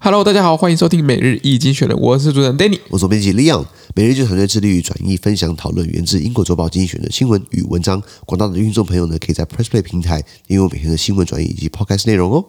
Hello，大家好，欢迎收听每日易经选的，我是主持人 Danny。我总编辑 Leon，每日就团队致力于转译、分享、讨论源自英国《周报》精选的新闻与文章。广大的听众朋友呢，可以在 Press Play 平台利用每天的新闻转译以及 Podcast 内容哦。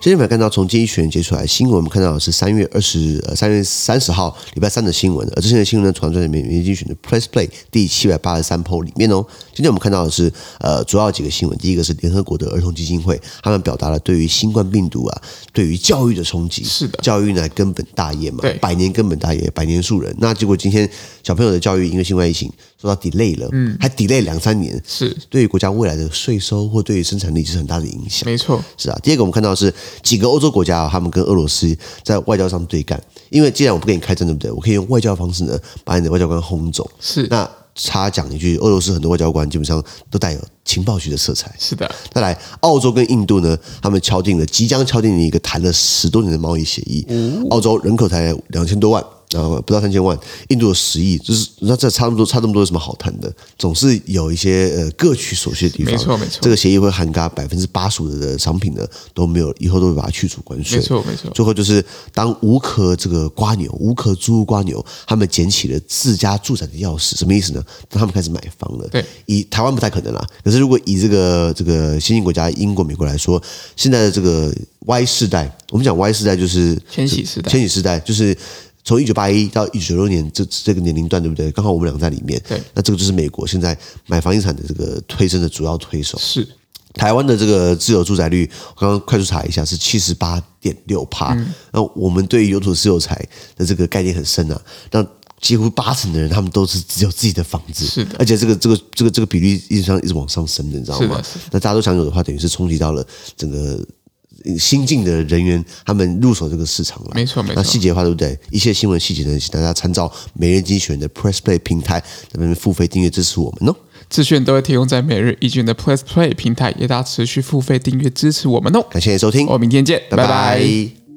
今天我们看到从精选截出来的新闻，我们看到的是三月二十呃三月三十号礼拜三的新闻，而之前的新闻呢，传在里面民精选的 Press Play 第七百八十三 p 里面哦。今天我们看到的是呃主要几个新闻，第一个是联合国的儿童基金会，他们表达了对于新冠病毒啊对于教育的冲击，是的教育乃根本大业嘛对，百年根本大业，百年树人。那结果今天小朋友的教育因为新冠疫情受到 delay 了，嗯，还 delay 两三年，是，对于国家未来的税收或对于生产力是很大的影响。没错，是啊，第二个我们看到的是几个欧洲国家、啊，他们跟俄罗斯在外交上对干，因为既然我不跟你开战，对不对？我可以用外交的方式呢，把你的外交官轰走。是那插讲一句，俄罗斯很多外交官基本上都带有情报局的色彩。是的，再来，澳洲跟印度呢，他们敲定了，即将敲定了一个谈了十多年的贸易协议。澳洲人口才两千多万，然后不到三千万，印度有十亿，就是那这差那么多，差那么多有什么好谈的？总是有一些呃各取所需的地方。没错没错这个协议会涵盖百分之八十的商品呢都没有，以后都会把它去除关税。没错，没错，最后就是当无壳这个瓜牛、无壳猪瓜牛，他们捡起了自家住宅的钥匙，什么意思呢？当他们开始买房了。对，以台湾不太可能啦。可是如果以这个这个先进国家英国、美国来说，现在的这个 Y 世代，我们讲 Y 世代就是千禧世代千禧世代就是。从一九八一到一九九六年这这个年龄段，对不对？刚好我们俩在里面。对那这个就是美国现在买房地产的这个推升的主要推手。是台湾的这个自有住宅率，我刚刚快速查一下是七十八点六帕。嗯那我们对于有土私有财的这个概念很深啊，那几乎八成的人他们都是只有自己的房子，是的而且这个这个这个这个比率一直上一直往上升的，你知道是吗的是？那大家都享有的话，等于是冲击到了整个。呃新进的人员，他们入手这个市场了，没错没错那细节的话，对不对？一切新闻细节呢，请大家参照每日精选的 Press Play 平台，那边付费订阅支持我们哦。资讯都会提供在每日易经的 Plus Play 平台，也大家持续付费订阅支持我们哦。感谢你的收听，我们明天见，拜拜嗯拜拜